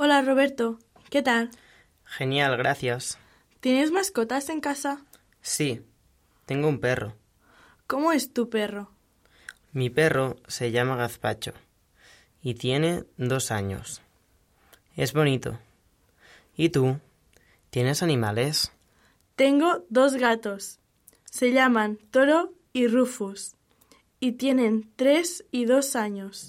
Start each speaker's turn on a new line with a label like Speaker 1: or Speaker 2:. Speaker 1: Hola Roberto, ¿qué tal?
Speaker 2: Genial, gracias.
Speaker 1: ¿Tienes mascotas en casa?
Speaker 2: Sí, tengo un perro.
Speaker 1: ¿Cómo es tu perro?
Speaker 2: Mi perro se llama Gazpacho y tiene dos años. Es bonito. ¿Y tú? ¿Tienes animales?
Speaker 1: Tengo dos gatos. Se llaman Toro y Rufus y tienen tres y dos años.